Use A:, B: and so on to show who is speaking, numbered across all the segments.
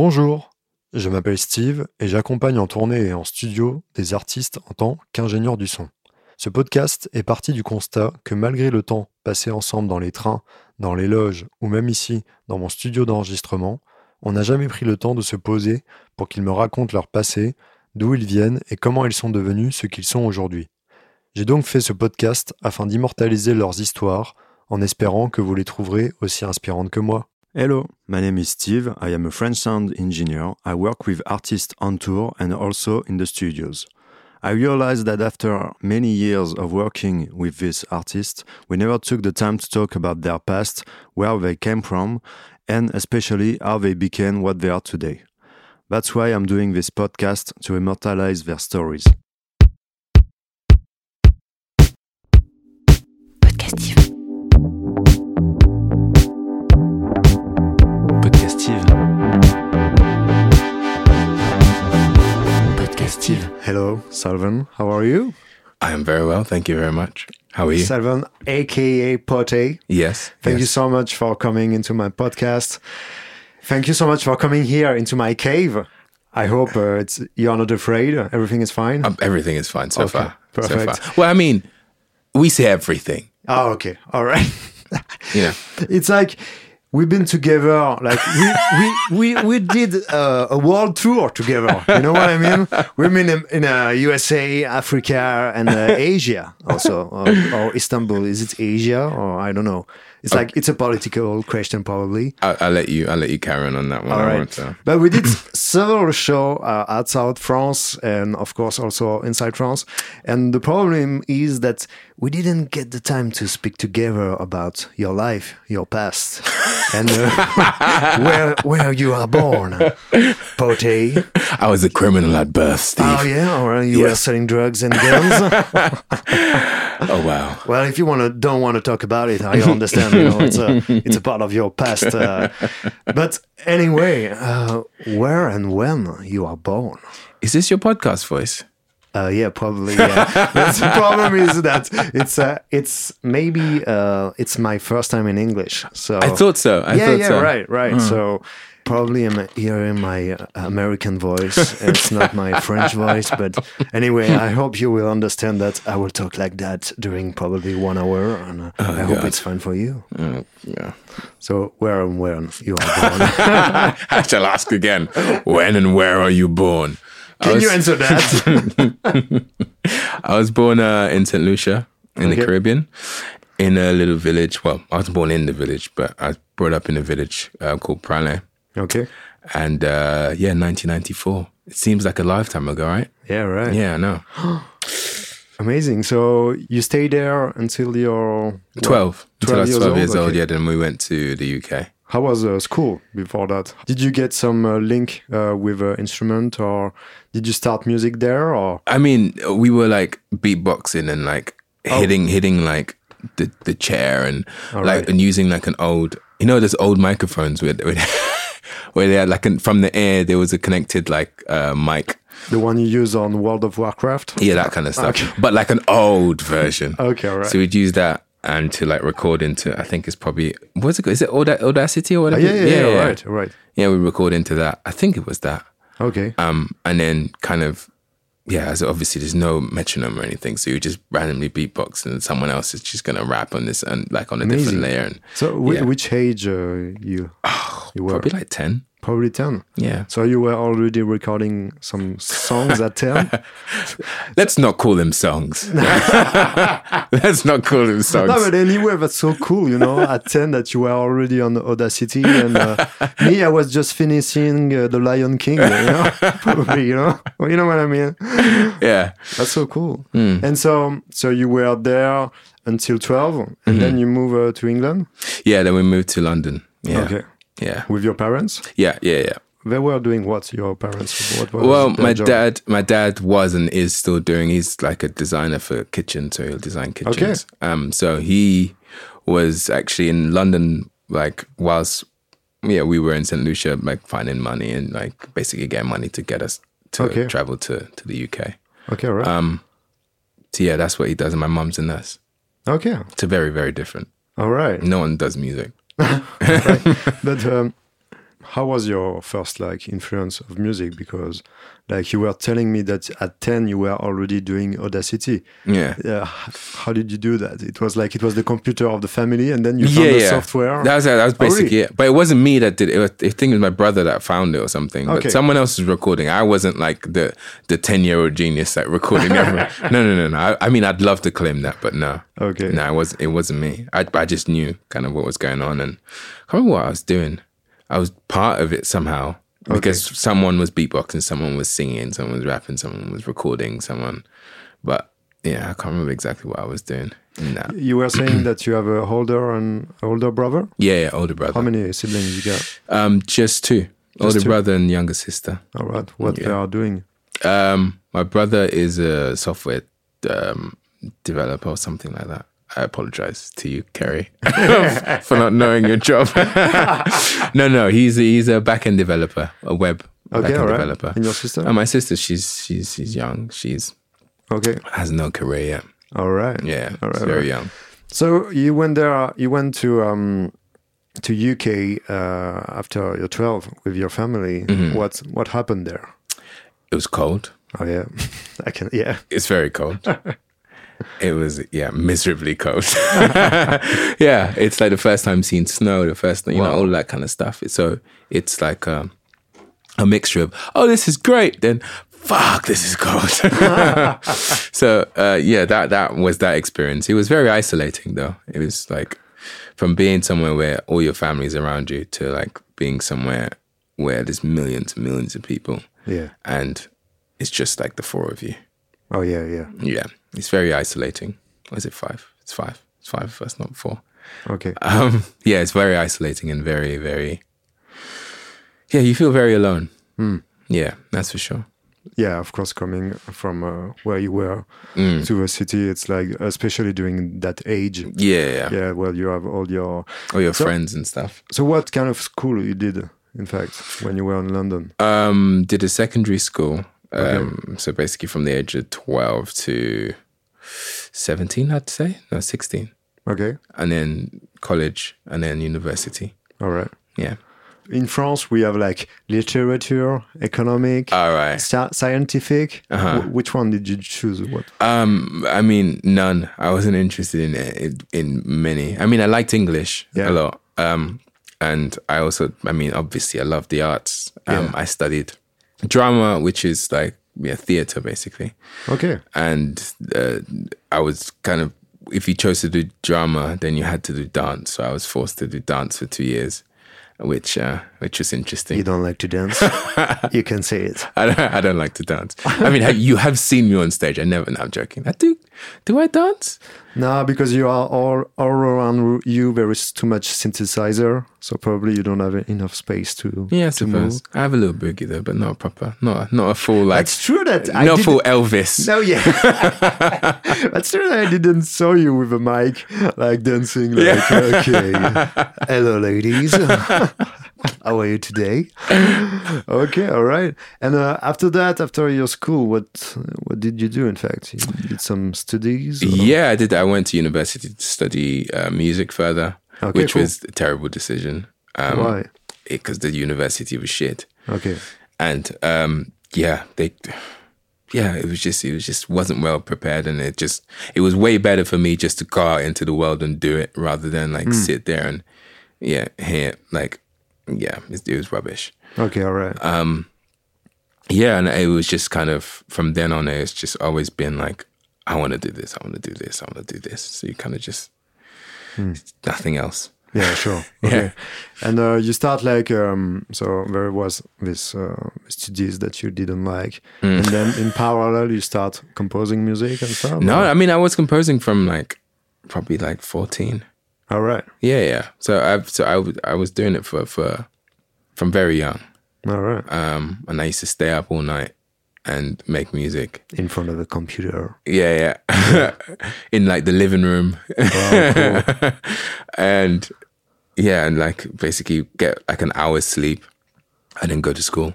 A: Bonjour, je m'appelle Steve et j'accompagne en tournée et en studio des artistes en tant qu'ingénieur du son. Ce podcast est parti du constat que malgré le temps passé ensemble dans les trains, dans les loges ou même ici dans mon studio d'enregistrement, on n'a jamais pris le temps de se poser pour qu'ils me racontent leur passé, d'où ils viennent et comment ils sont devenus ce qu'ils sont aujourd'hui. J'ai donc fait ce podcast afin d'immortaliser leurs histoires en espérant que vous les trouverez aussi inspirantes que moi.
B: Hello, my name is Steve. I am a French sound engineer. I work with artists on tour and also in the studios. I realized that after many years of working with these artists, we never took the time to talk about their past, where they came from, and especially how they became what they are today. That's why I'm doing this podcast to immortalize their stories.
C: Podcast Steve.
D: Podcast Steve.
C: Podcast Steve.
A: Hello, Salvan, how are you?
D: I am very well. Thank you very much. How are you?
A: Salvan, aka Pote.
D: yes.
A: Thank you
D: yes.
A: so much for coming into my podcast. Thank you so much for coming here into my cave. I hope uh, it's you're not afraid. Everything is fine.
D: Um, everything is fine so
A: Okay,
D: far.
A: perfect.
D: So far. Well, I mean, we see everything.
A: oh, okay. All right.
D: You know,
A: it's like we've been together. Like we we we, we did uh, a world tour together. You know what I mean? We've been in, in uh, USA, Africa, and uh, Asia also, or, or Istanbul. Is it Asia or I don't know? It's
D: Uh,
A: like it's a political question probably.
D: I'll, I'll let you. I'll let you carry on on that one.
A: All
D: I
A: right.
D: won't, uh,
A: But we did several show uh, outside France and of course also inside France. And the problem is that we didn't get the time to speak together about your life, your past, and uh, where where you are born, Pote.
D: I was a criminal at birth, Steve.
A: Oh yeah, or you were
D: Yes.
A: selling drugs and guns.
D: Oh wow.
A: well, if you want to don't want to talk about it, I understand. You know, it's a it's a part of your past. Uh, but anyway, uh, where and when you are born.
D: Is this your podcast voice?
A: Uh, yeah, probably. Yeah. But the problem is that it's uh, it's maybe uh, it's my first time in English. So
D: I thought so. I
A: yeah,
D: thought
A: yeah,
D: so. Hmm.
A: right, right. So probably I'm hearing my uh, American voice. it's not my French voice, but anyway, I hope you will understand that I will talk like that during probably one hour, and uh, I hope
D: Oh, God.
A: it's fine for you.
D: Oh, yeah.
A: So where and when you are born?
D: I shall ask again. When and where are you born? I
A: Can
D: was,
A: you answer that?
D: I was born uh, in St. Lucia in
A: Okay.
D: the Caribbean in a little village. Well, I was born in the village, but I was brought up in a village uh, called Prale.
A: okay.
D: And uh, yeah, 1994. It seems like a lifetime ago, right?
A: Yeah, right.
D: Yeah, I know.
A: Amazing. So you stay there until you're
D: 12. Until I was
A: 12 years
D: 12 years
A: old,
D: old,
A: okay.
D: yeah. Then we went to the UK.
A: How was uh, school before that? Did you get some uh, link uh, with uh, instrument, or did you start music there? Or
D: I mean, we were like beatboxing and like
A: Oh.
D: hitting, hitting like the, the chair and like and using like an old, you know, those old microphones with, with where they had like an, from the air there was a connected like uh, mic,
A: the one you use on World of Warcraft?
D: yeah, that kind of stuff, but like an old version.
A: Okay, all right.
D: So we'd use that and to like record into, I think it's probably what's it called? Is it Auda- Audacity or whatever?
A: Oh, yeah, yeah, yeah, right, right.
D: Yeah, we record into that. I think it was that.
A: Okay.
D: Um, and then kind of, yeah, so obviously there's no metronome or anything. So you just randomly beatbox and someone else is just going to rap on this and like on a
A: Amazing.
D: different layer. And
A: So whi-
D: yeah.
A: which age uh, you you were?
D: probably like 10.
A: Probably ten.
D: Yeah.
A: So you were already recording some songs at ten.
D: Let's not call them songs. Let's not call them songs.
A: No, but anyway, that's so cool, you know, at 10 that you were already on Audacity. And uh, me, I was just finishing uh, The Lion King, you know, probably, you know, you know what I mean?
D: yeah.
A: That's so cool.
D: Mm.
A: And so, so you were there until 12 and
D: Mm-hmm.
A: then you move uh, to England
D: Yeah. Then we moved to London. Yeah.
A: Okay.
D: Yeah.
A: with your parents.
D: Yeah. Yeah. Yeah.
A: They were doing what, your parents? What was
D: Well,
A: their
D: my
A: job?
D: dad, my dad was and is still doing. He's like a designer for kitchen, so he'll design kitchens. Um, so he was actually in London, like whilst yeah, we were in Saint Lucia, like finding money and like basically getting money to get us to
A: Okay.
D: travel to to the UK.
A: Okay, all
D: Uh,
A: right.
D: So yeah, that's what he does. And my mum's a nurse.
A: okay,
D: It's very very different.
A: all right.
D: No one does music.
A: But um, how was your first like influence of music? Because like you were telling me that at ten you were already doing Audacity.
D: Yeah.
A: Yeah. How did you do that? It was like it was the computer of the family, and then you found the software.
D: That was that was
A: Oh, really?
D: basically it. But it wasn't me that did it. it was, I think it was my brother that found it or something.
A: Okay.
D: But someone else was recording. I wasn't like the the ten year old genius that recording everything. no, no, no, no. I, I mean, I'd love to claim that, but no.
A: Okay.
D: No, it was it wasn't me. I I just knew kind of what was going on, and I can't remember what I was doing. I was part of it somehow because someone was beatboxing, someone was singing, someone was rapping, someone was recording, someone. But yeah, I can't remember exactly what I was doing in that.
A: You were saying that you have a older and older brother.
D: Yeah, yeah older brother.
A: How many siblings you got?
D: Um, just two. Older
A: two.
D: brother and younger sister.
A: All right, what they are doing?
D: Um, my brother is a software um, developer or something like that. I apologize to you, Kerry, for not knowing your job. no, no, he's a, he's a back end developer, a web
A: Okay,
D: back
A: all
D: end
A: right.
D: developer. Um,
A: And your sister?
D: And my sister, she's she's she's young. She's
A: Okay,
D: has no career yet.
A: all right.
D: Yeah,
A: all right.
D: she's
A: all
D: very
A: right.
D: young.
A: So you went there. You went to um, to UK uh, after you're 12 with your family.
D: Mm-hmm.
A: What what happened there?
D: It was cold.
A: Oh yeah, I can. Yeah,
D: It's very cold. it was yeah, miserably cold. yeah, it's like the first time seeing snow, the first you know all that kind of stuff. So it's like um, a mixture of oh this is great, then fuck this is cold. so uh, yeah, that that was that experience. It was very isolating though. It was like from being somewhere where all your family's around you to like being somewhere where there's millions and millions of people
A: yeah.
D: and it's just like the four of you.
A: Oh yeah, yeah.
D: Yeah, it's very isolating. Or is it five? It's five. It's five of us, not four.
A: Okay.
D: Um, yeah, it's very isolating and very, very. Yeah, you feel very alone. Yeah, that's for sure.
A: Yeah, of course. Coming from uh, where you were
D: Mm.
A: to a city, it's like especially during that age.
D: Yeah, yeah.
A: Yeah. Well, you have all your.
D: All your
A: So-
D: friends and stuff.
A: So what kind of school you did? In fact, when you were in London.
D: Um, did a secondary school. Um, So basically from the age of 12 to 17, I'd say. No, 16.
A: Okay.
D: And then college and then university.
A: All right.
D: Yeah.
A: In France, we have like literature, economic,
D: All right.
A: sci- scientific. Wh- which one did you choose? What?
D: Um, I mean, none. I wasn't interested in it, in many. I mean, I liked English
A: Yeah.
D: a lot. Um, and I also, I mean, obviously, I love the arts. Um, I studied drama, which is like yeah, theater basically.
A: Okay.
D: And uh, I was kind of, if you chose to do drama, then you had to do dance. So I was forced to do dance for two years, which uh, which was interesting.
A: You don't like to dance. you can say it.
D: I don't, I don't like to dance. I mean, have, you have seen me on stage. I never. No, I'm joking. I do. Do I dance?
A: No, because you are all, all around you. There is too much synthesizer, so probably you don't have enough space to.
D: Yeah, I
A: to move.
D: suppose. I have a little boogie though, but not a proper, not a, not a full like,
A: That's true that I
D: not
A: did-
D: full Elvis.
A: No, yeah. That's true. that I didn't saw you with a mic, like dancing. Like, okay, hello, ladies. How are you today? Okay, all right. And uh, after that, after your school, what what did you do? In fact, you did some studies. or-
D: Yeah, I did. I went to university to study uh, music further,
A: Okay,
D: which
A: cool.
D: was a terrible decision. Um,
A: Why?
D: Because the university was shit,
A: Okay.
D: and um, yeah, they, yeah, it was just, it was just wasn't well prepared, and it just, it was way better for me just to go out into the world and do it rather than
A: Hmm.
D: like sit there and, yeah, hear like, yeah, it, it was rubbish.
A: Okay. All right.
D: yeah, and it was just kind of from then on. It's just always been like, I want to do this, I want to do this, I want to do this. So you kind of just nothing else.
A: Yeah, sure. Okay. And uh, you start like um, so there was this uh, studies that you didn't like, and then in parallel you start composing music and stuff.
D: No, I mean I was composing from like probably like fourteen.
A: All right.
D: Yeah, yeah. So I've so I w- I was doing it for for from very young.
A: All right.
D: Um, and I used to stay up all night and make music.
A: In front of the computer.
D: Yeah, yeah. In like the living room. and yeah, and like basically get like an hour's sleep and then go to school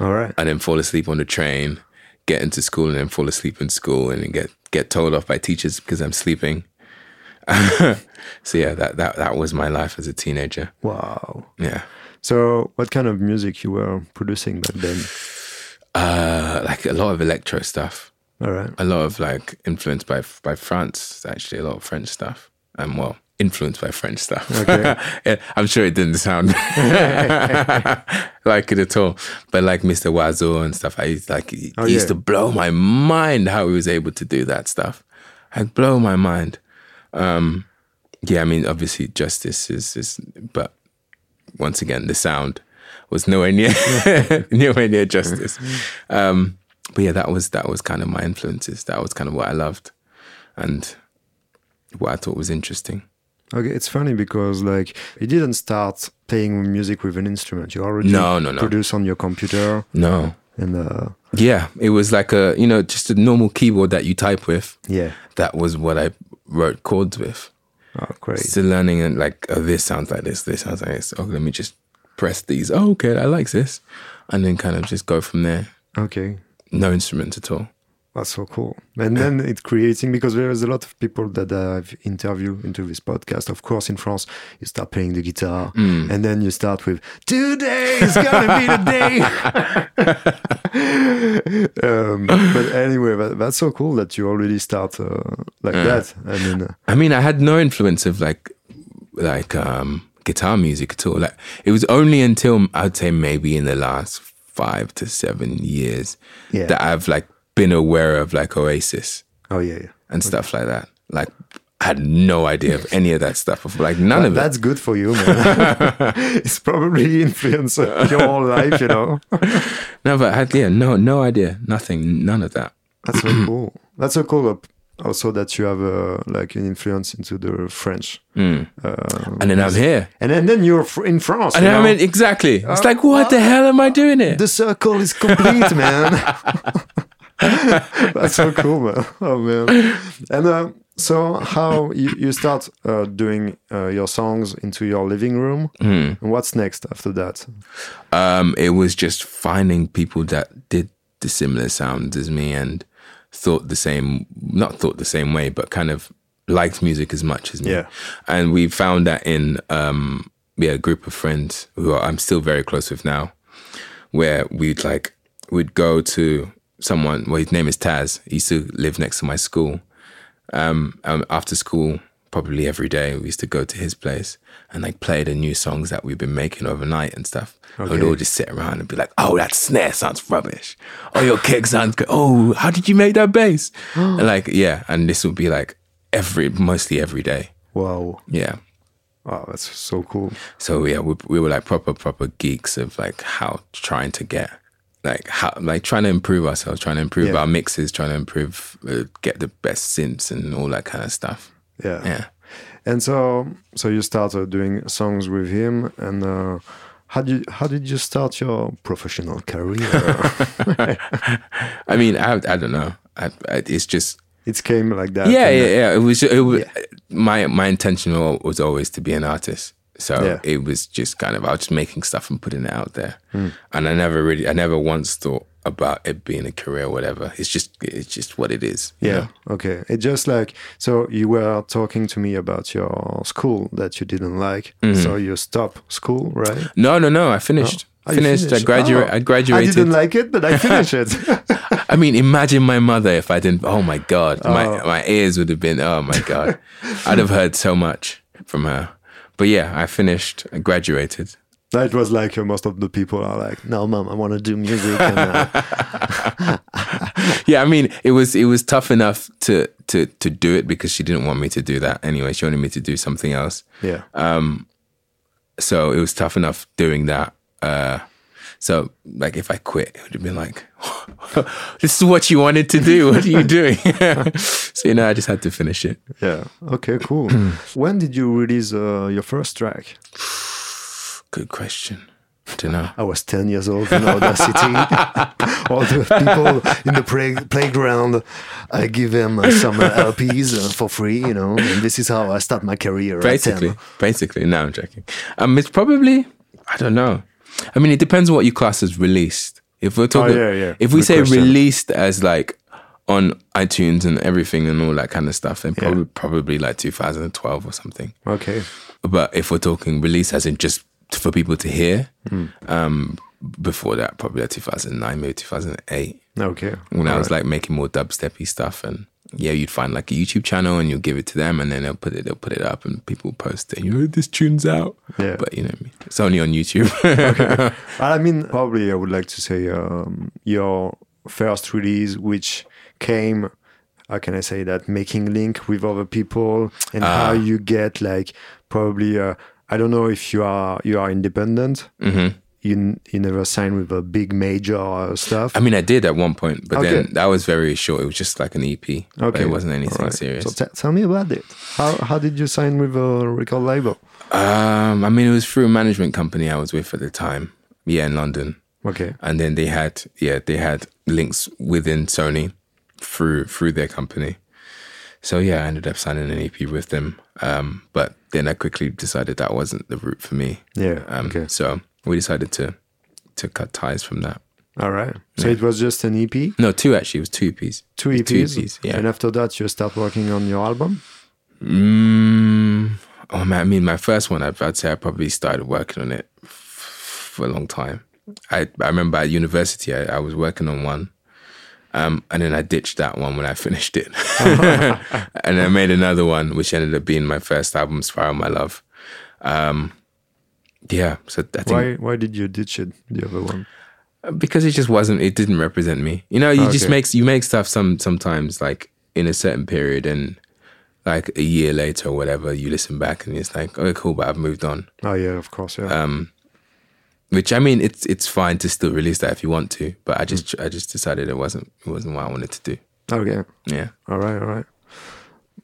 A: All right.
D: and then fall asleep on the train, get into school and then fall asleep in school and then get, get told off by teachers because I'm sleeping. so yeah, that, that that was my life as a teenager.
A: Wow.
D: Yeah.
A: So, what kind of music you were producing back then?
D: Uh, like a lot of electro stuff.
A: All right.
D: a lot of like influenced by by France. Actually, a lot of French stuff. And well, influenced by French stuff.
A: Okay.
D: Yeah, I'm sure it didn't sound like it at all. But like Mr. Wazo and stuff, I used like it
A: Oh,
D: used
A: yeah.
D: to blow my mind how he was able to do that stuff. I'd blow my mind. Um, yeah, I mean, obviously, justice is is, but once again, the sound was nowhere near nowhere near justice. Um, but yeah, that was that was kind of my influences. That was kind of what I loved, and what I thought was interesting.
A: Okay, it's funny because like you didn't start playing music with an instrument. You already
D: No, no, no.
A: produce on your computer
D: No,
A: and uh,
D: yeah, it was like a you know just a normal keyboard that you type with.
A: yeah.
D: That was what I wrote chords with.
A: Oh, great.
D: Still learning and like oh, this sounds like this, this sounds like this. Oh, let me just press these. Oh, okay, I like this, and then kind of just go from there.
A: Okay.
D: No instruments at all.
A: That's so cool. And then it creating because there is a lot of people that I've interviewed into this podcast. Of course, in France, you start playing the guitar, and then you start with "Today is gonna be the day." um, but anyway, that, that's so cool that you already start uh, like that. I mean, uh,
D: I mean, I had no influence of like, like um, guitar music at all. Like, it was only until I'd say maybe in the last five to seven years
A: Yeah.
D: that I've like been aware of like Oasis
A: oh yeah, yeah.
D: and stuff like that. Like, I had no idea of any of that stuff. before. Like, none of it.
A: That's good for you, man. it's probably influenced your whole life, you know.
D: No, but I had yeah, no, no idea, nothing, none of that.
A: That's so cool. That's so cool. uh, Also, that you have uh, like an influence into the French, uh,
D: Mm. And then I'm here.
A: and then, then you're fr- in France.
D: And
A: you
D: then I
A: know? Oh,
D: mean, exactly. It's like, what the hell am I doing here?
A: the circle is complete, man. That's so cool, man. Oh man. And uh, so, how you, you start uh, doing uh, your songs into your living room?
D: Hmm.
A: And what's next after that?
D: um, it was just finding people that did the similar sounds as me and thought the same not thought the same way but kind of liked music as much as me
A: Yeah.
D: and we found that in um yeah a group of friends who are, i'm still very close with now where we'd like we'd go to someone well his name is taz he used to live next to my school um, um after school probably every day we used to go to his place and like play the new songs that we've been making overnight and stuff and we'd all just sit around and be like oh that snare sounds rubbish oh your kick sounds good oh how did you make that bass and like yeah and this would be like every mostly every day
A: Wow.
D: yeah
A: Wow, that's so cool.
D: so yeah, we, we were like proper proper geeks of like how trying to get like how like trying to improve ourselves, trying to improve
A: Yeah.
D: our mixes, trying to improve uh, get the best synths and all that kind of stuff.
A: Yeah.
D: Yeah.
A: And so, so you started doing songs with him, and uh, how did you, how did you start your professional career?
D: I mean, I I don't know. I, I, it's just
A: it came like that.
D: yeah,
A: and,
D: yeah, yeah. It was, it was my my intention al- was always to be an artist. So
A: Yeah.
D: it was just kind of I was just making stuff and putting it out there, and I never really, I never once thought about it being a career or whatever. It's just it's just what it is. you
A: Yeah.
D: know?
A: Okay. It just like so you were talking to me about your school that you didn't like, so you stop school, right?
D: No, no, no. Mm-hmm. I finished.
A: Oh, you
D: finished. I, gradua-
A: Oh,
D: I graduated.
A: I
D: I
A: didn't like it, but I finished it.
D: mean, imagine my mother if I didn't. Oh my god, my my ears would have been. Oh my god, I'd have heard so much from her. But yeah, I finished. I graduated.
A: That was like uh, most of the people are like, "No, mom, I want to do music." And, uh,
D: Yeah, I mean, it was it was tough enough to to to do it because she didn't want me to do that anyway. She wanted me to do something else.
A: yeah.
D: so it was tough enough doing that. Uh, so like if I quit, it would have been like, this is what you wanted to do. What are you doing? so you know, I just had to finish it.
A: yeah. Okay. Cool. when did you release uh, your first track?
D: Good question. I don't know.
A: I was 10 years old in Audacity. All the people in the play- playground, I give them uh, some uh, LPs uh, for free, you know. And this is how I start my career.
D: Basically,
A: At 10.
D: basically. No, I'm joking. Um, it's probably I don't know. I mean, it depends what your class has released. If we're talking,
A: Oh, yeah, yeah.
D: if we
A: Good
D: say
A: question.
D: released as like on iTunes and everything and all that kind of stuff, then probably probably like 2012 or something.
A: Okay.
D: But if we're talking release as in just for people to hear.
A: Hmm.
D: Um, before that, probably like 2009, maybe 2008,
A: Okay.
D: when I was like making more dubsteppy stuff. And yeah, you'd find like a YouTube channel and you'll give it to them, and then they'll put it, they'll put it up, and people post it. You know, this tune's out.
A: Yeah.
D: But you know, what I mean? it's only on YouTube.
A: I mean, probably I would like to say um, your first release, which came, how can I say that, making link with other people and how you get like probably, uh, I don't know if you are you are independent. Mm-hmm. You, n- you never sign with a big major uh, stuff.
D: I mean, I did at one point, but
A: Okay.
D: then that was very short. It was just like an EP. But
A: Oh, Okay.
D: it wasn't anything
A: Alright.
D: serious.
A: So t- tell me about it. How, how did you sign with a record label?
D: Um, I mean, it was through a management company I was with at the time. Yeah, in London,
A: Okay.
D: and then they had yeah they had links within Sony through through their company. So yeah, I ended up signing an EP with them. Um, but then I quickly decided that wasn't the route for me.
A: Yeah.
D: Um,
A: okay.
D: So we decided to to cut ties from that.
A: All right. So it was just an EP,
D: No, two actually. It was two EPs.
A: two E
D: It was
A: EPs,
D: Yeah.
A: and after that you start working on your album.
D: Mm, oh man, I mean, my first one, I'd, I'd say I probably started working on it f- for a long time. I, I remember at university, I, I was working on one. Um, and then I ditched that one when I finished it. and I made another one, which ended up being my first album, Spiral My Love. Um, yeah, so I think
A: Why why did you ditch it, the other one?
D: because it just wasn't it didn't represent me you know you just
A: Okay.
D: makes you make stuff some sometimes like in a certain period and like a year later or whatever you listen back and it's like oh cool but i've moved on
A: Oh yeah, of course, yeah.
D: which i mean it's it's fine to still release that if you want to but i just i just decided it wasn't it wasn't what i wanted to do
A: okay.
D: yeah
A: All right, all right.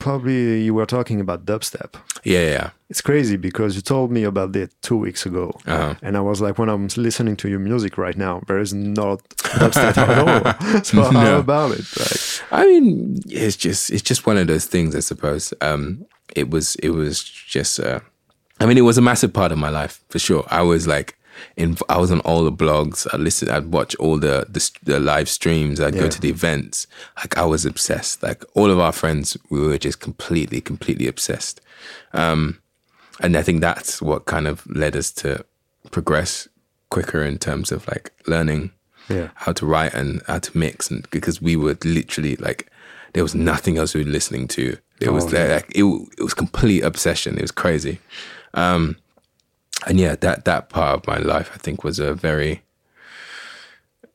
A: Probably you were talking about dubstep.
D: yeah yeah
A: It's crazy because you told me about it two weeks ago,
D: Uh-huh.
A: and I was like, when I'm listening to your music right now, there is not dubstep at all. So how about it? Like,
D: I mean, it's just it's just one of those things, I suppose. Um, it was it was just, uh, I mean, it was a massive part of my life for sure. I was like, in, I was on all the blogs. I listened. I'd watch all the the, st- the live streams. I'd go
A: Yeah.
D: to the events. Like I was obsessed. Like all of our friends, we were just completely completely obsessed. Um, and I think that's what kind of led us to progress quicker in terms of like learning
A: yeah,
D: how to write and how to mix and because we were literally like there was nothing else we were listening to it was like, like it, w- it was complete obsession it was crazy um and yeah that that part of my life i think was a very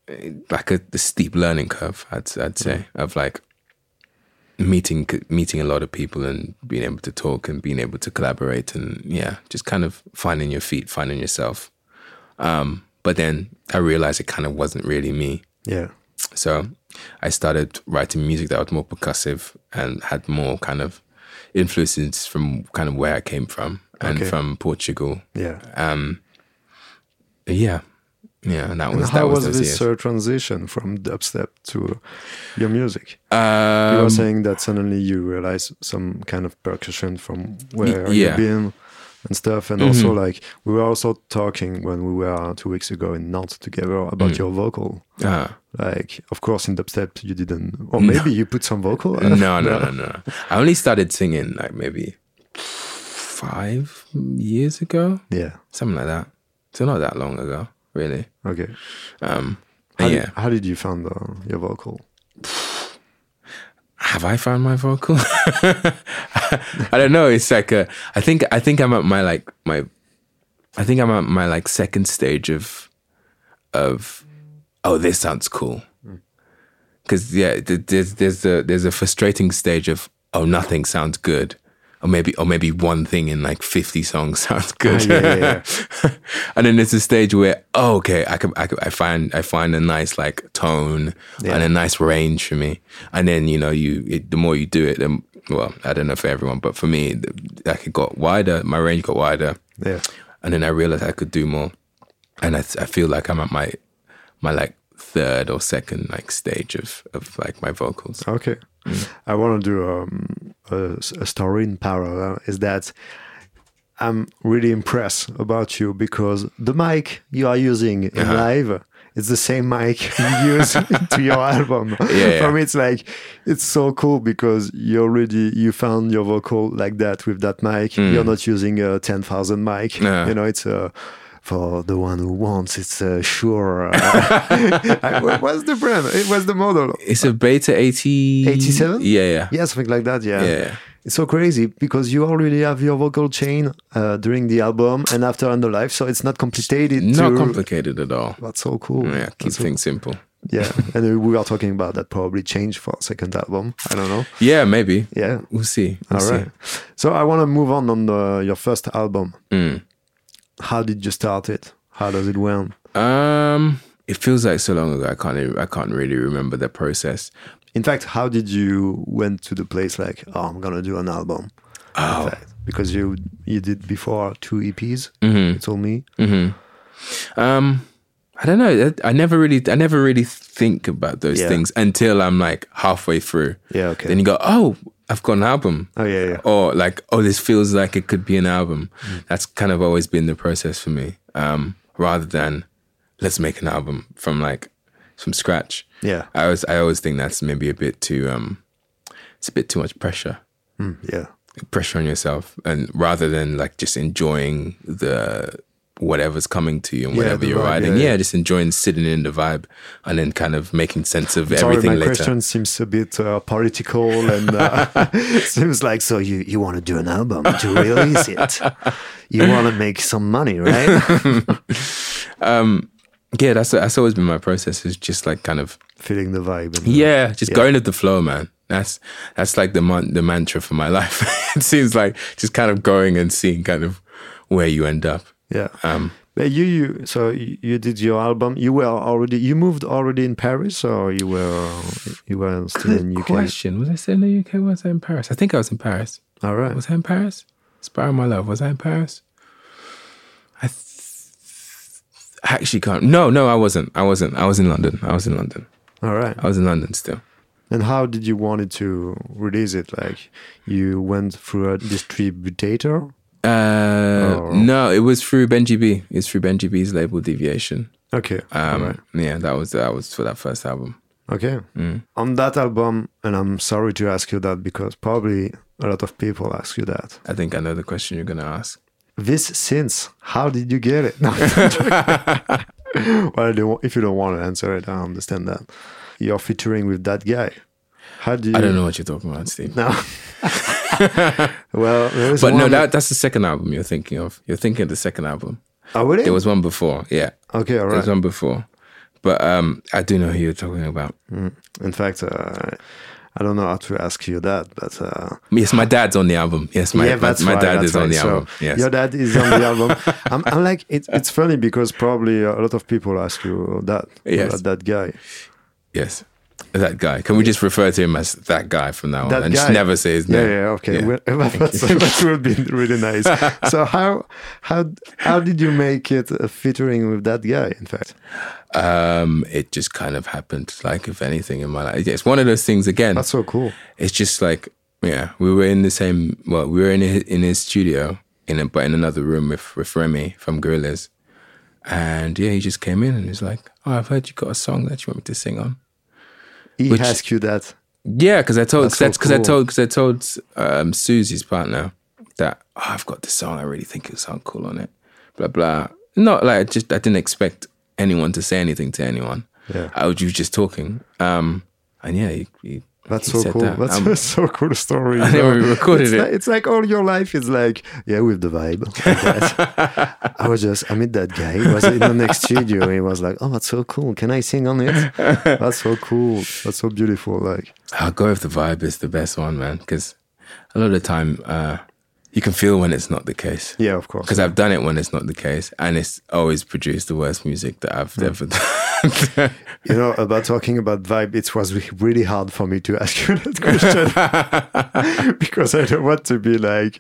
D: eh, like a the steep learning curve i'd, I'd say of like meeting c- meeting a lot of people and being able to talk and being able to collaborate and yeah just kind of finding your feet finding yourself um but then i realized it kind of wasn't really me
A: yeah.
D: so I started writing music that was more percussive and had more kind of influences from kind of where I came from and
A: Okay.
D: from Portugal.
A: Yeah.
D: Um, yeah, yeah, and that was
A: And
D: that
A: how
D: was,
A: was,
D: those
A: this
D: years.
A: uh, transition from dubstep to your music?
D: Um,
A: you were saying that suddenly you realize some kind of percussion from
D: yeah.
A: where
D: Mm.
A: you've been and stuff
B: Mm-hmm.
A: and also like we were also talking when we were two weeks ago in Nantes together about your vocal
D: ah.
A: like of course in dubstep you didn't or maybe you put some vocal
D: no, no, no, no. I only started singing like maybe five years ago,
A: yeah
D: something like that. So not that long ago, really.
A: okay
D: Um,
A: how,
D: yeah.
A: did, how did you find uh, your vocal
D: have I found my vocal? I don't know. It's like a, I think I think I'm at my like my, I think I'm at my like second stage of, of, oh this sounds cool, because yeah th- there's there's a there's a frustrating stage of oh nothing sounds good, or maybe or maybe one thing in like fifty songs sounds good,
A: Oh, yeah, yeah, yeah.
D: and then there's a stage where oh, okay I can, I can I find I find a nice like tone and a nice range for me and then you know you it, the more you do it then well I don't know for everyone but for me th- like it got wider my range got wider
A: yeah
D: and then I realized I could do more and I, I feel like I'm at my my like third or second like stage of of like my vocals
A: Okay.
D: Mm.
A: I want to do um, a, s- a story in parallel. Is that
D: Uh-huh.
A: I'm really impressed about you because the mic you are using in live it's the same mic you use to your album.
D: Yeah,
A: For
D: yeah.
A: me, it's like it's so cool because you already you found your vocal like that with that mic.
D: Mm.
A: You're not using a ten thousand mic.
D: No.
A: You know, it's a. For the one who wants, it's uh, sure. I- what was the brand? It was the model.
D: It's a Beta 80...
A: 87?
D: Yeah, yeah.
A: Yeah, something like that. Yeah.
D: Yeah.
A: It's so crazy because you already have your vocal chain uh, during the album and after on the live, so it's not complicated.
D: Not
A: to-
D: complicated at all.
A: That's so cool.
D: Yeah, keep
A: That's so-
D: things simple.
A: yeah. and we are talking about that probably change for second album. I don't know.
D: Yeah, maybe.
A: Yeah.
D: We'll see.
A: All
D: We'll see.
A: right. So I want to move on on the, your first album.
D: Mm.
A: How did you start it? How does it went?
D: Um, it feels like so long ago. I can't. e- I can't really remember the process.
A: In fact, how did you went to the place like, oh, I'm gonna do an album? Oh. In fact, because you you did before two EPs.
D: Mm-hmm.
A: You told me.
D: Um, I don't know. I I never really. I never really think about those
A: Yeah.
D: things until I'm like halfway through.
A: Yeah, okay.
D: Then you go, oh, I've got an album.
A: Oh yeah, yeah.
D: Or like, oh, this feels like it could be an album.
A: Mm.
D: That's kind of always been the process for me. Um, rather than let's make an album from like from scratch.
A: Yeah.
D: I always I always think that's maybe a bit too um, it's a bit too much pressure.
A: Mm, yeah.
D: pressure on yourself and rather than like just enjoying the whatever's coming to you and
A: Yeah,
D: whatever
A: the
D: you're
A: vibe,
D: riding
A: yeah,
D: yeah,
A: yeah.
D: just enjoying sitting in the vibe and then kind of making sense of everything
A: Sorry, my
D: later
A: question seems a bit uh, political and uh, seems like so you you want to do an album to release it. You want to make some money, right?
D: yeah that's that's always been my process is just like kind of
A: Feeling the vibe. And, uh,
D: yeah just going with the flow man that's that's like the man, the mantra for my life it seems like just kind of going and seeing kind of where you end up Um,
A: yeah. but you, you so you you did your album. You were already you moved already in Paris, or you were you were still in UK.
D: question was I still in the UK was I in Paris I think I was in Paris
A: All right.
D: Was I in Paris? Spiral My Love. Was I in Paris? I th- I actually can't. No, no, I wasn't. I wasn't. I was in London. I was in London.
A: All right.
D: I was in London still.
A: And how did you wanted to release it? Like you went through a distributor.
D: Uh,
A: Oh.
D: No, it was through Benji B. It's through Benji B's label Deviation.
A: Okay.
D: Um,
A: All right.
D: Yeah, that was that was for that first album.
A: Okay.
D: Mm.
A: On that album, and I'm sorry to ask you that because probably a lot of people ask you that.
D: I think I know the question you're gonna ask.
A: This synth, how did you get it? No. well, I don't- if you don't want to answer it, I understand that. You're featuring with that guy. How do you?
D: I don't know what you're talking about, Steve.
A: No. well, there is
D: But no,
A: one-
D: that that's the second album you're thinking of. You're thinking of the second album.
A: Oh, really?
D: There was one before. Yeah,
A: okay, all
D: there
A: right.
D: was one before. But um, I do know who you're talking about.
A: In fact, uh, I don't know how to ask you that, but. Uh,
D: Yes, my dad's on the album. Yes, my, my, my
A: right,
D: dad
A: that's
D: is on
A: right.
D: the
A: So
D: album. Yes.
A: Your dad is on the album. I'm, I'm like, it, it's funny because probably a lot of people ask you that,
D: Yes.
A: about that guy.
D: yes. That guy. Can we just refer to him as that guy from now on
A: That
D: and
A: guy.
D: just never say his
A: Yeah,
D: name?
A: yeah, okay. Well, that's- that would be really nice. so how how how did you make it a featuring with that guy? In fact,
D: Um, it just kind of happened, like, if anything, in my life. It's one of those things, again.
A: that's so cool.
D: it's just like, yeah, we were in the same, well, we were in his, in his studio, in a, but in another room with, with Remy from Gorillaz. And yeah, he just came in and was like, Oh, I've heard you got a song that you want me to sing on.
A: He
D: Which-
A: asked you that.
D: Yeah, because I told
A: That's so
D: that's because
A: cool.
D: I told because I told um, Susie's partner that "Oh, I've got this song. I really think it'll sound cool on it. Blah blah. Not like I just I didn't expect anyone to say anything to anyone.
A: Yeah.
D: I was, you was just talking. Um, and yeah, he, he,
A: That's
D: he
A: so
D: said
A: cool.
D: that.
A: That's
D: Um,
A: a so cool story. I
D: think we recorded
A: it's
D: it.
A: Like, it's like all your life is like, yeah, with the vibe. like that. I was just, I met that guy. He was in the next studio. And he was like, oh, that's so cool. Can I sing on it? That's so cool. That's so beautiful. Like,
D: I'll go if the vibe is the best one, man. Because a lot of the time, uh, you can feel when it's not the case.
A: yeah, of course.
D: Because I've done it when it's not the case, and it's always produced the worst music that I've ever done.
A: You know, about talking about vibe, it was re- really hard for me to ask you that question because I don't want to be like,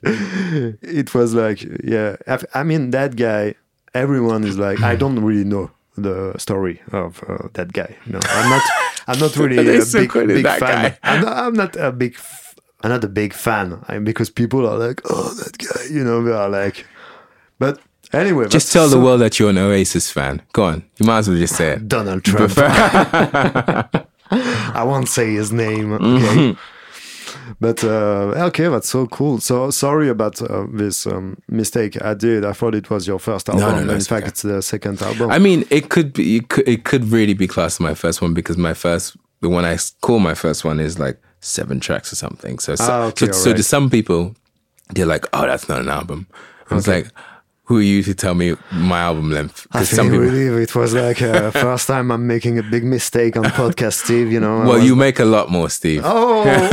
A: it was like, yeah. I, I mean, that guy, everyone is like, I don't really know the story of uh, that guy. No, I'm not, I'm not really
D: They
A: a
D: still
A: big,
D: call it
A: big
D: that
A: fan.
D: guy.
A: I'm, not, I'm not a big, f- I'm not a big fan I, because people are like, oh, that guy, you know, they are like, but Anyway,
D: Just
A: that's
D: tell the
A: so-
D: world that you're an Oasis fan. Go on. You might as well just say it.
A: Donald Trump. I won't say his name. Okay.
D: Mm-hmm.
A: but uh, okay, that's so cool. So sorry about uh, this um, mistake I did. I thought it was your first album.
D: no, no,
A: In
D: it's
A: fact,
D: okay.
A: it's the second album.
D: I mean, it could be. It could, it could really be classed as my first one because my first, the one I s- call my first one is like seven tracks or something. So, so,
A: Ah, okay,
D: so, so
A: alright.
D: to some people, they're like, "Oh, that's not an album." I was like, "Who are you to tell me my album length?"
A: I
D: Because
A: feel
D: some people.
A: really it was like uh, first time I'm making a big mistake on podcast, Steve. You know. I
D: well,
A: was-
D: you make a lot more, Steve.
A: Oh, oh,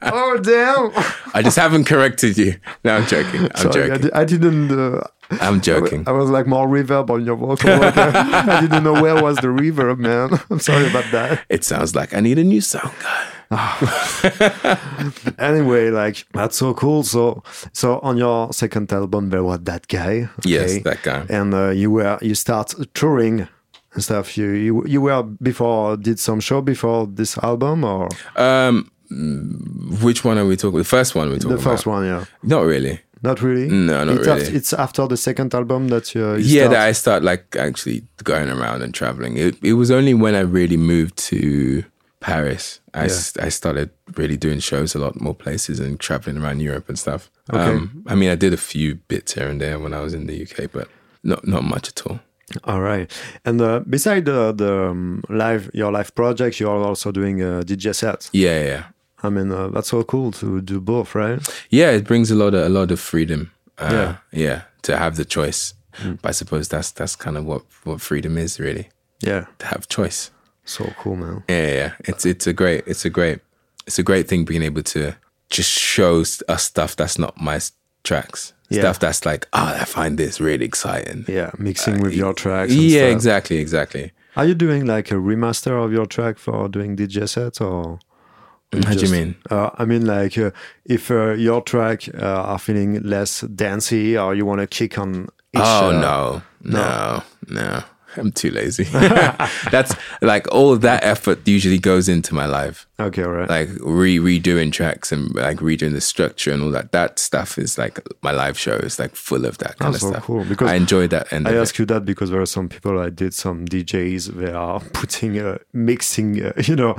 A: oh, damn!
D: I just haven't corrected you. No, I'm joking. I'm
A: Sorry, I,
D: joking.
A: di- I didn't. Uh,
D: I'm joking.
A: I was like more reverb on your vocal. Like, uh, I didn't know where was the reverb, man. I'm sorry about that.
D: It sounds like I need a new sound guy.
A: Anyway, like that's so cool. So, so on your second album, there was that guy.
D: Yes,
A: okay?
D: that guy.
A: And uh, you were you start touring and stuff. You you you were before did some show before this album or
D: Um, mm, which one are we talking? The first one we're talking
A: the first
D: about.
A: one? Yeah,
D: Not really.
A: not really.
D: Oh, No, not
A: it's
D: really.
A: After, it's after the second album that you. you
D: yeah,
A: start.
D: that I start like actually going around and traveling. It, it was only when I really moved to Paris, I, s- I started really doing shows a lot more places and traveling around Europe and stuff. Um, I mean, I did a few bits here and there when I was in the UK, but not not much at all.
A: All right. And uh, beside the the um, live your live projects, you are also doing uh, a DJ set.
D: Yeah, yeah,
A: I mean, uh, that's so cool to do both, right?
D: yeah. It brings a lot of a lot of freedom. Uh,
A: Yeah.
D: yeah, Mm. to have the choice. But I suppose that's that's kind of what what freedom is really
A: Yeah.
D: to have choice.
A: So cool, man.
D: Yeah, yeah, yeah. It's it's a great it's a great it's a great thing being able to just show s- us stuff that's not my s- tracks.
A: Yeah.
D: Stuff that's like, oh, I find this really exciting.
A: Yeah, mixing with your tracks. and
D: Uh, Yeah,
A: stuff.
D: exactly, exactly.
A: Are you doing like a remaster of your track for doing DJ sets or?
D: Mm, How do you
A: just-
D: mean?
A: Uh, I mean, like uh, if uh, your track uh, are feeling less dancey, or you want to kick on. Each,
D: Oh
A: uh,
D: no, no, no. I'm too lazy. that's like all that effort usually goes into my live.
A: Okay, all right.
D: Like re redoing tracks and like redoing the structure and all that. That stuff is like my live show is like full of that kind of
A: That's so
D: stuff.
A: cool, because
D: I enjoy that end
A: I
D: of it.
A: ask you that because there are some people I did some DJs they are putting uh, mixing uh, you know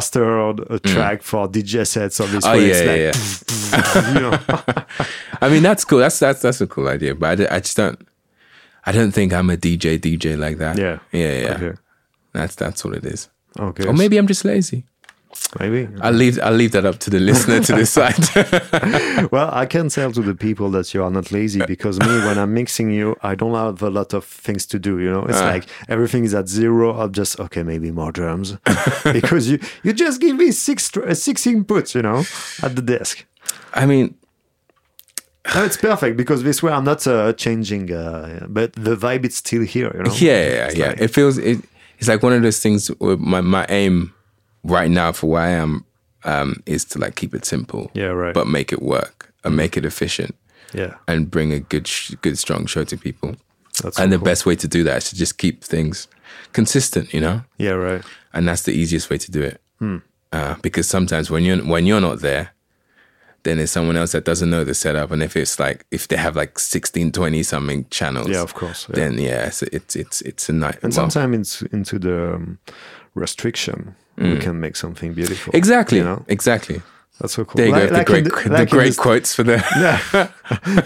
A: remastered a track for DJ sets of this
D: Mm. Oh,
A: way
D: yeah,
A: it's
D: yeah,
A: like
D: yeah.
A: you know
D: I mean, that's cool. That's that's that's a cool idea. But I, d- I just don't. I don't think I'm a DJ DJ like that.
A: Yeah.
D: yeah, yeah.
A: okay
D: That's that's all it is.
A: okay
D: Or maybe I'm just lazy.
A: maybe
D: I'll leave I'll leave that up to the listener to decide.
A: well I can tell to the people that you are not
D: Uh,
A: lazy because me when I'm mixing you I don't have a lot of things to do you know
D: Uh.
A: it's like everything is at zero I'm just okay maybe more drums because you you just give me six tr- uh, six inputs you know at the desk
D: I mean,
A: No, it's perfect because this way I'm not uh, changing, uh, but the vibe is still here. You know.
D: yeah, yeah, yeah. it feels it, it's like one of those things. Where my my aim right now for where I am um, is to like keep it simple.
A: Yeah, right. Mm.
D: But make it work and make it efficient
A: Yeah.
D: and bring a good sh- good strong show to people.
A: That's
D: and
A: so
D: the best way to do that is to just keep things consistent. You know.
A: Yeah. Right.
D: and that's the easiest way to do it.
A: Hmm.
D: Uh, because sometimes when you're when you're not there, then there's someone else that doesn't know the setup, and if it's like if they have like 16, 20 something channels,
A: Yeah, of course, yeah.
D: then yeah, it's it's it's, it's a night.
A: And
D: well,
A: sometimes it's into the um, restriction, we can make something beautiful.
D: Mm. exactly,
A: You know.
D: exactly.
A: That's so cool.
D: There you go. the
A: in
D: great the,
A: like in
D: great
A: this-
D: quotes for the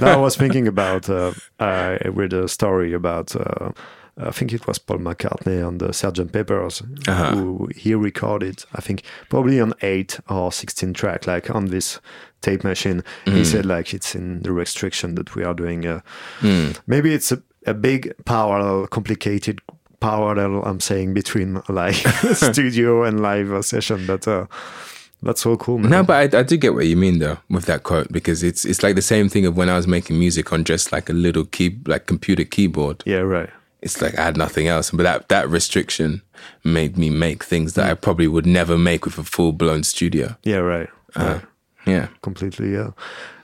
A: now I was thinking about uh, I read a story about uh, I think it was Paul McCartney on the Sgt. Pepper's who he recorded I think probably on eight or sixteen track like on this tape machine. He said like it's in the restriction that we are doing. Uh, Maybe it's a, a big parallel, complicated parallel. I'm saying between like studio and live uh, session, but. Uh, that's so cool, man.
D: No, but I, I do get what you mean though with that quote because it's it's like the same thing of when I was making music on just like a little key like computer keyboard.
A: Yeah, right.
D: it's like I had nothing else. But that that restriction made me make things that I probably would never make with a full blown studio.
A: Yeah, right. right.
D: Yeah.
A: completely yeah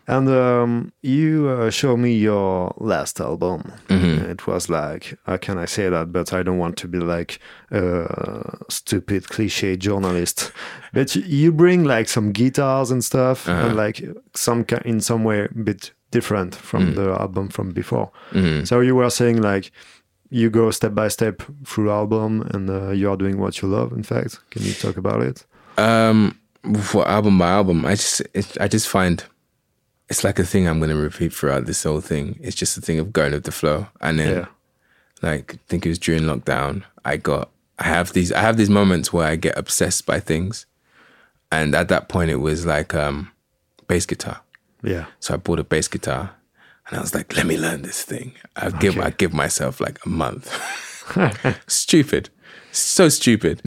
A: and um, you uh, show me your last album it was like how can i say that but i don't want to be like a stupid cliche journalist but you- you bring like some guitars and stuff and like some ki- in some way bit different from the album from before.
D: Mm.
A: So you were saying like you go step by step through album and uh, you are doing what you love. In fact, can you talk about it?
D: Um, for album by album, I just it, I just find it's like a thing I'm gonna repeat throughout this whole thing. It's just a thing of going with the flow, and then
A: Yeah.
D: like I think it was during lockdown, I got I have these I have these moments where I get obsessed by things, and at that point it was like um, bass guitar.
A: Yeah,
D: So I bought a bass guitar, and I was like, "Let me learn this thing." I give I give myself like a month. stupid, so stupid,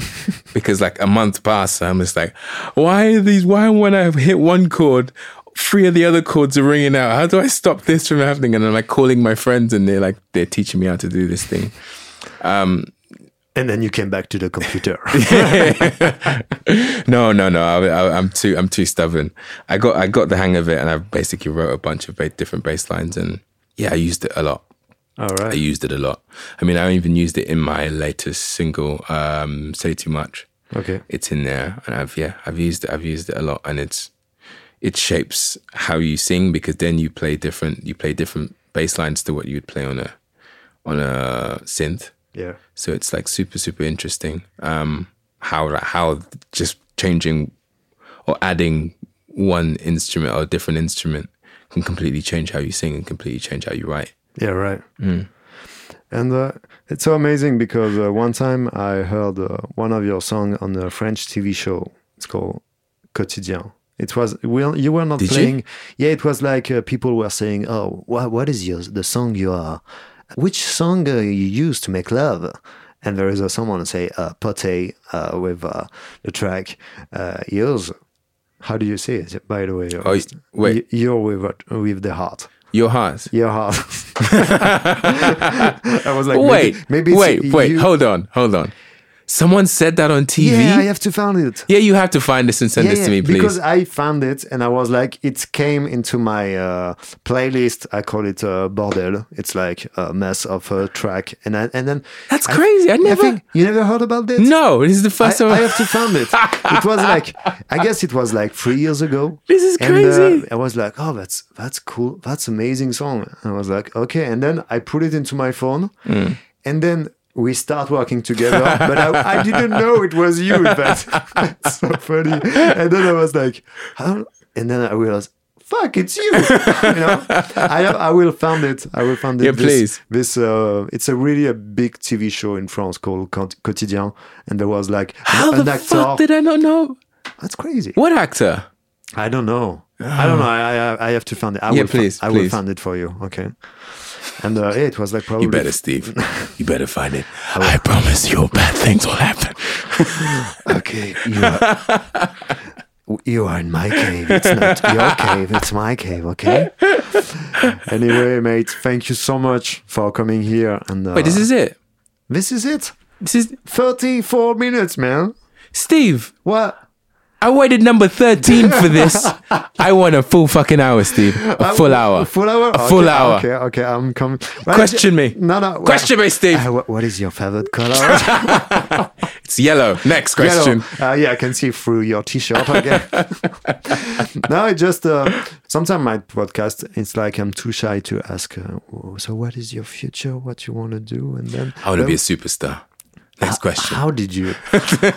D: because like a month passed, and I'm just like, "Why are these? Why when I hit one chord?" Three of the other chords are ringing out. How do I stop this from happening? And I'm like calling my friends, and they're like, they're teaching me how to do this thing.
A: and then you came back to the computer.
D: no, no, no. I, I, I'm too. I'm too stubborn. I got. I got the hang of it, and I basically wrote a bunch of ba- different bass lines, and yeah, I used it a lot.
A: All
D: I
A: right.
D: used it a lot. I mean, I even used it in my latest single, um, "Say Too Much."
A: Okay.
D: It's in there, and I've yeah, I've used it. I've used it a lot, and it's it shapes how you sing because then you play different. You play different bass lines to what you would play on a on a synth.
A: Yeah.
D: So it's like super, super interesting. Um, how how just changing or adding one instrument or a different instrument can completely change how you sing and completely change how you write.
A: Yeah, right.
D: Hmm.
A: And uh, it's so amazing because uh, one time I heard uh, one of your song on a French TV show. It's called Quotidien. It was well, you were not
D: Did you?
A: playing. Yeah, it was like uh, people were saying, "Oh, wha what is your the song you are? Which song uh, you use to make love?" And there is uh, someone say uh, "Poté" uh, with uh, the track uh, "Yours." How do you say it? By the way,
D: Oh, wait.
A: Y- you're with uh, with the heart.
D: Your heart.
A: Your heart. I was like,
D: wait,
A: maybe, maybe it's
D: wait, wait.
A: you-
D: Hold on, hold on. Someone said that on TV.
A: Yeah, I have to find it.
D: Yeah, you have to find this and send
A: Yeah,
D: this
A: yeah,
D: to me, please.
A: Because I found it and I was like, it came into my uh, playlist. I call it uh, Bordel. It's like a mess of a track. And I, and then.
D: That's crazy. I never-
A: you never heard about that?
D: no, this is the
A: I,
D: first time.
A: I have to find it. It was like, I guess it was like three years ago.
D: This is
A: And, uh,
D: crazy.
A: I was like, oh, that's that's cool. That's amazing song. And I was like, okay. And then I put it into my phone,
D: Mm.
A: and then we start working together. but I, I didn't know it was you. But it's so funny. And then I was like, how? And then I realized. Fuck, it's you. you know, I I will find it. I will find it.
D: Yeah,
A: This-
D: please.
A: This uh, it's a really a big TV show in France called Quot- Quotidien, and there was like
D: how
A: an
D: the
A: actor.
D: fuck did I not know?
A: That's crazy.
D: What actor?
A: I don't know. I don't know. I, I I have to find it. I
D: Yeah,
A: will fi-
D: please,
A: I will
D: please.
A: find it for you. Okay. And uh, yeah, it was like probably.
D: You better, Steve. You better find it. I promise you, bad things will happen.
A: Okay. You are, you are in my cave. It's not your cave. It's my cave. Okay. Anyway, mate, thank you so much for coming here. And uh,
D: Wait, this is it.
A: this is it.
D: This is
A: Thirty-four minutes, man.
D: Steve.
A: What?
D: I waited number 13 for this. I want a full fucking hour, Steve. A full hour.
A: A full hour.
D: A full
A: okay,
D: hour.
A: Okay. Okay. I'm coming. Right,
D: Question me.
A: No, no. wait.
D: Question me, Steve.
A: Uh, what- what is your favorite color?
D: It's yellow. Next
A: Yellow.
D: question.
A: Uh, yeah, I can see through your t-shirt again. no, it just uh, sometimes my podcast, it's like I'm too shy to ask. Uh, "Oh, so, what is your future? What you want to do? And then
D: I want to be a superstar.
A: Uh,
D: Next question.
A: how did you,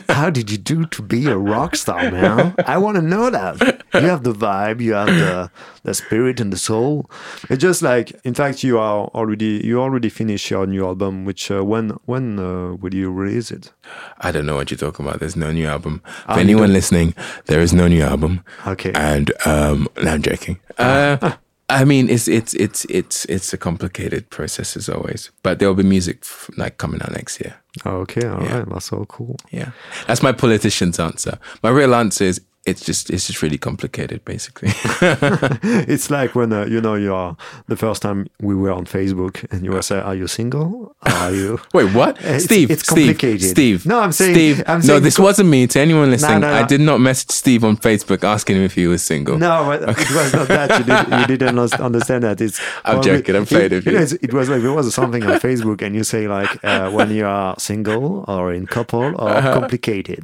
A: how did you do to be a rock star, man? I want to know that. You have the vibe, you have the the spirit and the soul. It's just like, in fact, you are already you already finished your new album. Which uh, when when uh, will you release it?
D: I don't know what you're talking about. There's no new album. For anyone listening, there is no new album.
A: Ah, Okay.
D: And um, no, I'm joking. Uh, I mean, it's it's it's it's it's a complicated process as always, but there will be music f- like coming out next year.
A: Oh, Okay, all right, that's so cool.
D: Yeah, that's my politician's answer. My real answer is it's just it's just really complicated, basically.
A: it's like when uh, you know you are the first time we were on Facebook and you were saying, "Are you single? Are you?"
D: Wait, what?
A: It's-
D: Steve,
A: it's
D: Steve,
A: complicated.
D: Steve.
A: No, I'm saying-
D: Steve.
A: I'm
D: no,
A: saying
D: this
A: co-
D: wasn't me. To anyone listening,
A: no,
D: I
A: no.
D: did not message Steve on Facebook asking him if he was single.
A: No, but it was not that. You, did, you didn't un- understand that. It's.
D: I'm joking, I'm
A: afraid
D: afraid of you.
A: It was like there was something on Facebook, and you say like uh, when you are single or in couple or
D: Uh-huh.
A: complicated.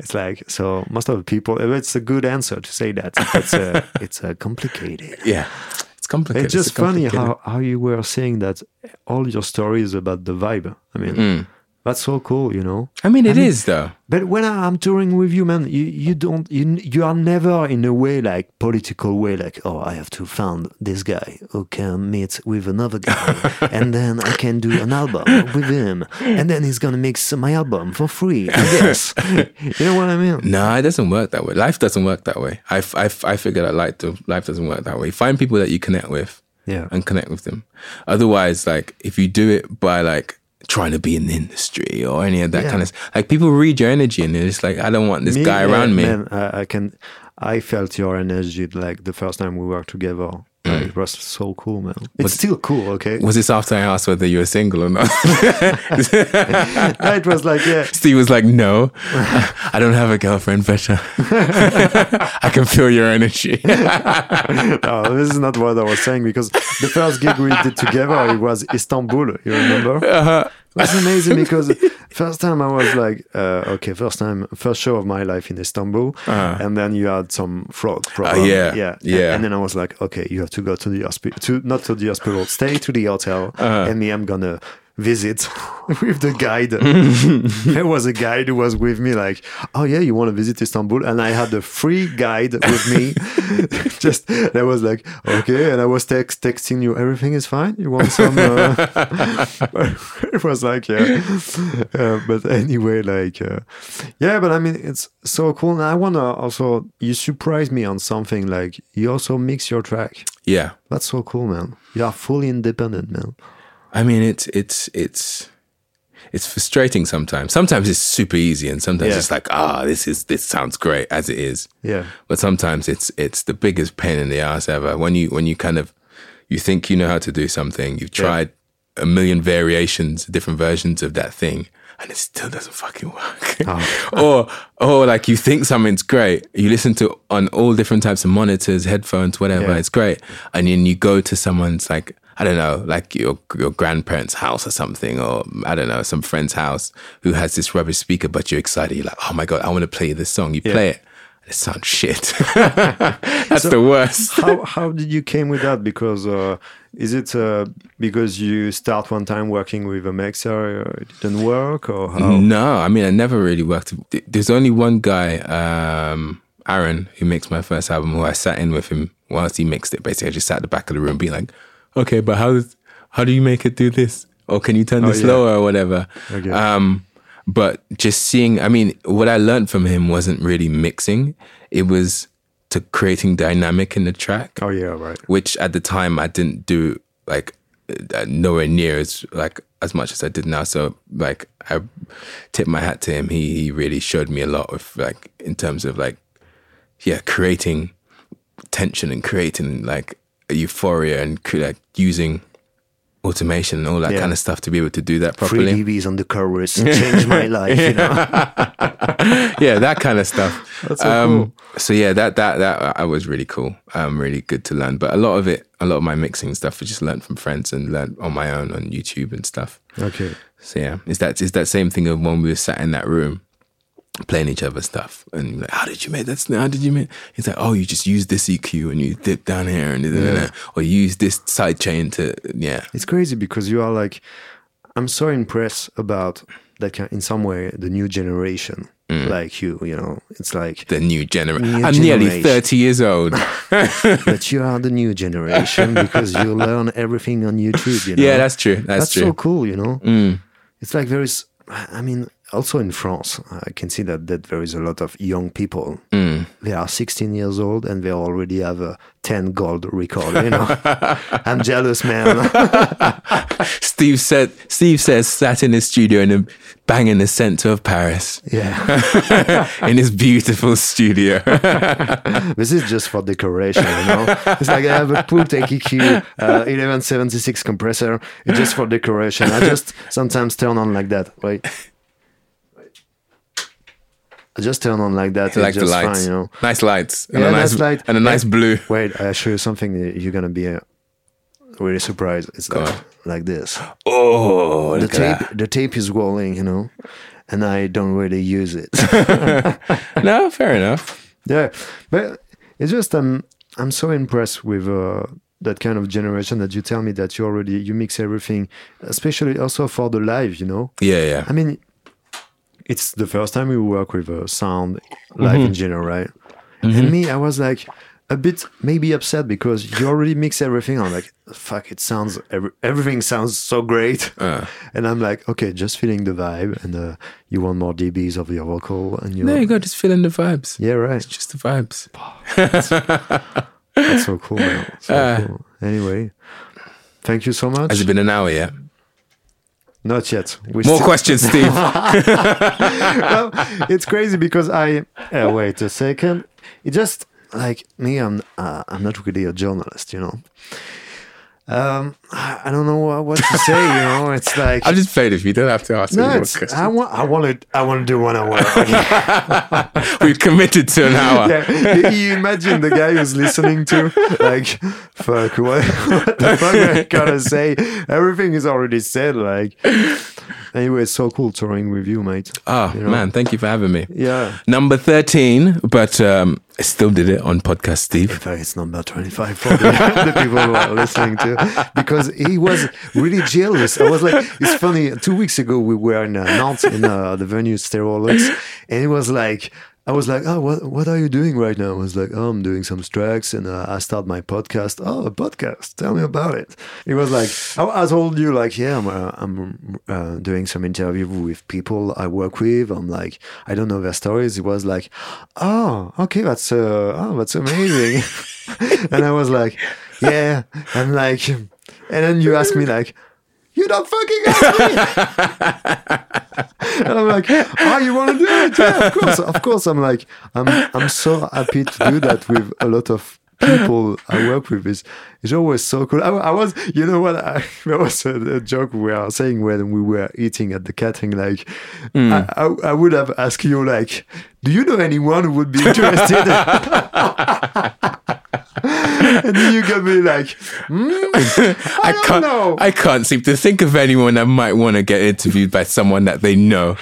A: It's like so. Most of the people. It's a good answer to say that. It's uh, it's uh, complicated.
D: Yeah, it's it's complicated.
A: It's just
D: a
A: funny
D: complicated-
A: how, how you were saying that all your story is about the vibe. I mean,
D: Mm.
A: that's so cool, you know.
D: I mean, it is
A: mean-
D: though.
A: But when I- I'm touring with you, man, you, you don't you you are never in a way like political way, like oh I have to found this guy who can meet with another guy, and then I can do an album with him, and then he's gonna mix my album for free. I guess you know what I mean.
D: No, it doesn't work that way. Life doesn't work that way. I, f- I, f- I figure that life, do- life doesn't work that way. Find people that you connect with
A: Yeah.
D: and connect with them. Otherwise, like, if you do it by like trying to be in the industry or any of that
A: Yeah.
D: kind of like people read your energy and it's like, I don't want this guy
A: yeah,
D: around me.
A: Man, I, I can. I felt your energy like the first time we worked together.
D: Mm.
A: Like, it was so cool, man. It's still cool, okay?
D: Was this after I asked whether you were single or not?
A: it was like, yeah,
D: Steve was like, no, I don't have a girlfriend, Better. I can feel your energy.
A: no, this is not what I was saying because the first gig we did together it was Istanbul. You remember?
D: Uh-huh.
A: It was amazing because first time I was like, uh, okay, first time, first show of my life in Istanbul, and then you had some fraud problem.
D: Uh-huh. Uh, yeah,
A: yeah,
D: yeah.
A: And, and then I was like, okay, you have to go to the hospital, to not to the hospital, stay to the hotel,
D: Uh-huh.
A: and me, I'm gonna visit with the guide there was a guide who was with me like oh yeah you want to visit istanbul and i had a free guide with me just and i was like okay and i was text texting you everything is fine you want some uh, it was like yeah Uh, but anyway like uh, yeah but i mean it's so cool and i wanna also you surprised me on something like you also mix your track
D: yeah.
A: that's so cool man you are fully independent man
D: I mean, it's it's it's it's frustrating sometimes. Sometimes it's super easy, and sometimes
A: Yeah.
D: it's like, ah, this is this sounds great as it is.
A: yeah
D: But sometimes it's it's the biggest pain in the ass ever when you when you kind of you think you know how to do something, you've tried a million variations, different versions of that thing, and it still doesn't fucking work. or or like you think something's great, you listen to on all different types of monitors, headphones, whatever,
A: Yeah.
D: it's great, and then you go to someone's like. I don't know, like your your grandparents' house or something, or I don't know, some friend's house who has this rubbish speaker, but you're excited. You're like, oh my god, I want to play this song. You play it, it sounds shit. That's the worst.
A: how how did you came with that? Because uh, is it uh, because you start one time working with a mixer, uh, it didn't work, or how?
D: No, I mean, I never really worked. th- There's only one guy, um, Aaron, who mixed my first album, who I sat in with him whilst he mixed it. Basically, I just sat at the back of the room being like, okay, but how, does- how do you make it do this? Or can you turn this
A: yeah.
D: lower or whatever?
A: Okay.
D: Um, but just seeing, I mean, what I learned from him wasn't really mixing, it was to creating dynamic in the track.
A: Oh yeah, right.
D: which at the time I didn't do like uh, nowhere near as like as much as I did now. So like I tip my hat to him. He he really showed me a lot of like in terms of like yeah creating tension and creating like euphoria and cre- like using automation and all that
A: Yeah.
D: kind of stuff to be able to do that
A: Three
D: properly.
A: DBs on the chorus changed my life. You know?
D: yeah, that kind of stuff.
A: so
D: um, so yeah, that that that I was really cool. Um, really good to learn. But a lot of it, a lot of my mixing stuff, I just learned from friends and learned on my own on YouTube and stuff.
A: Okay.
D: So yeah, it's that it's that same thing of when we were sat in that room playing each other stuff and like, how did you make that? sound? How did you make? It's like, oh, you just use this EQ and you dip down here and da- da- da- da, or use this side chain to yeah.
A: It's crazy because you are like, I'm so impressed about that kind, in some way, the new generation,
D: Mm.
A: like you. You know, it's like,
D: The new generation.
A: New
D: I'm nearly
A: generation.
D: 30 years old.
A: but you are the new generation because you learn everything on YouTube. You know?
D: Yeah, that's true. That's,
A: that's
D: true.
A: so cool you know
D: Mm.
A: it's like there is i mean also in france i can see that that there is a lot of young people
D: Mm.
A: they are 16 years old and they already have a 10 gold record you know i'm jealous man
D: Steve said Steve says sat in his studio in a bang in the center of Paris
A: yeah
D: in his beautiful studio.
A: this is just for decoration you know it's like i have a pool eq uh, 1176 compressor it's just for decoration i just sometimes turn on like that right I just turn on like that.
D: I
A: it's
D: like the
A: just
D: lights.
A: Fine, you know?
D: Nice lights. And
A: Yeah,
D: a nice,
A: nice light.
D: and a nice blue.
A: Wait, I show you something that you're gonna be uh, really surprised. It's like, like this.
D: Oh
A: The
D: look at
A: tape, the tape is rolling, you know, and I don't really use it.
D: that. No, fair enough.
A: yeah, but it's just I'm I'm so um, impressed with uh, that kind of generation that you tell me that you already you mix everything, especially also for the live. You know.
D: Yeah, yeah.
A: I mean, it's the first time we work with a sound live
D: Mm-hmm.
A: engineer, right? And me, I was like a bit maybe upset because you already mix everything. I'm like, fuck, it sounds every, everything sounds so great, and I'm like, okay, just feeling the vibe, and uh, you want more dBs of your vocal, and you
D: There you go, just feeling the vibes.
A: yeah, right,
D: Just the vibes.
A: that's so cool, man. So cool. Anyway, thank you so much.
D: Has it been an hour yet?
A: Not yet.
D: More
A: We still-
D: questions, Steve.
A: well, it's crazy because I uh, wait a second. It just like me. I'm uh, I'm not really a journalist, you know. Um, I I don't know what, what to say. You know, it's like
D: I'll just play it if you don't have to ask
A: no.
D: any more
A: It's,
D: questions.
A: I want I want to I want to do one hour.
D: We've committed to an hour.
A: yeah. You imagine the guy who's listening to like, fuck, what, what the fuck am I gonna say? Everything is already said. Like, anyway, it's so cool touring with you, mate.
D: Oh,
A: You know?
D: man, thank you for having me.
A: Yeah.
D: Number 13, but um, I still did it on Podcast Steve.
A: In fact, it's number 25 for the, the people who are listening to because he was really jealous. I was like, it's funny. Two weeks ago, we were in uh, Nantes in uh, the venue Stereolux, and it was like, I was like, oh, what, what are you doing right now? I was like, oh, I'm doing some tracks and uh, I start my podcast. Oh, a podcast. Tell me about it. It was like, I, I told you, like, yeah, I'm, uh, I'm uh, doing some interview with people I work with. I'm like, I don't know their stories. It was like, oh, okay, that's, uh, oh, that's amazing. and I was like, yeah. And like, and then you asked me, like, you don't fucking ask me. and I'm like, oh, you want to do it? Yeah, of course, of course. I'm like, I'm, I'm so happy to do that with a lot of people I work with. Is it's always so cool. I, I was, you know what? I, there was a, a joke we are saying when we were eating at the catering. Like, I, I, I would have asked you, like, do you know anyone who would be interested? and then you got me like, "Hmm?"
D: I,
A: don't
D: can't.
A: know.
D: I can't seem to think of anyone that might want to get interviewed by someone that they know.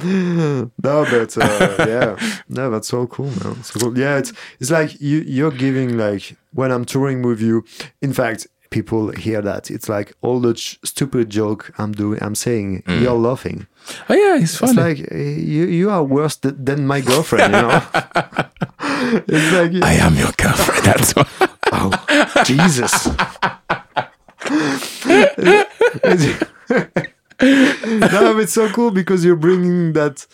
A: No, but uh, yeah, no, that's so cool, man. So cool. Yeah, it's it's like you you're giving like when I'm touring with you. In fact, people hear that it's like all the ch- stupid joke I'm doing, I'm saying, you're laughing.
D: Oh yeah, it's
A: It's
D: funny.
A: like uh, you you are worse th- than my girlfriend, you know. it's like
D: I am your girlfriend. That's why.
A: oh Jesus. no, but it's so cool because you're bringing that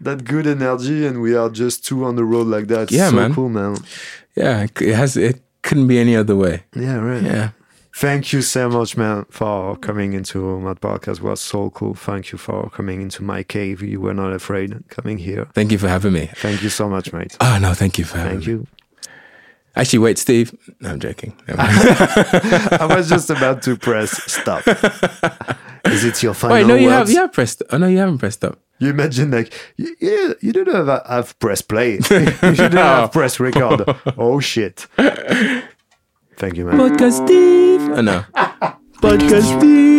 A: that good energy, and we are just two on the road like that. It's
D: Yeah,
A: so
D: man.
A: cool, man.
D: yeah, it has. It couldn't be any other way.
A: Yeah, right.
D: Yeah.
A: Thank you so much, man, for coming into my podcast. It was so cool. Thank you for coming into my cave. You were not afraid coming here.
D: Thank you for having me.
A: Thank you so much, mate.
D: Oh no, thank you for having
A: Thank
D: me.
A: you.
D: Actually, wait, Steve. No, I'm joking. Never mind.
A: I was just about to press stop. Is it your final
D: Wait, no, you
A: words?
D: have you have pressed. Oh no, you haven't pressed up.
A: You imagine like y- yeah, you don't have, uh, have press play. you don't have press record. Oh shit. Thank you, man.
D: Podcast Steve. Oh no. Podcast Steve.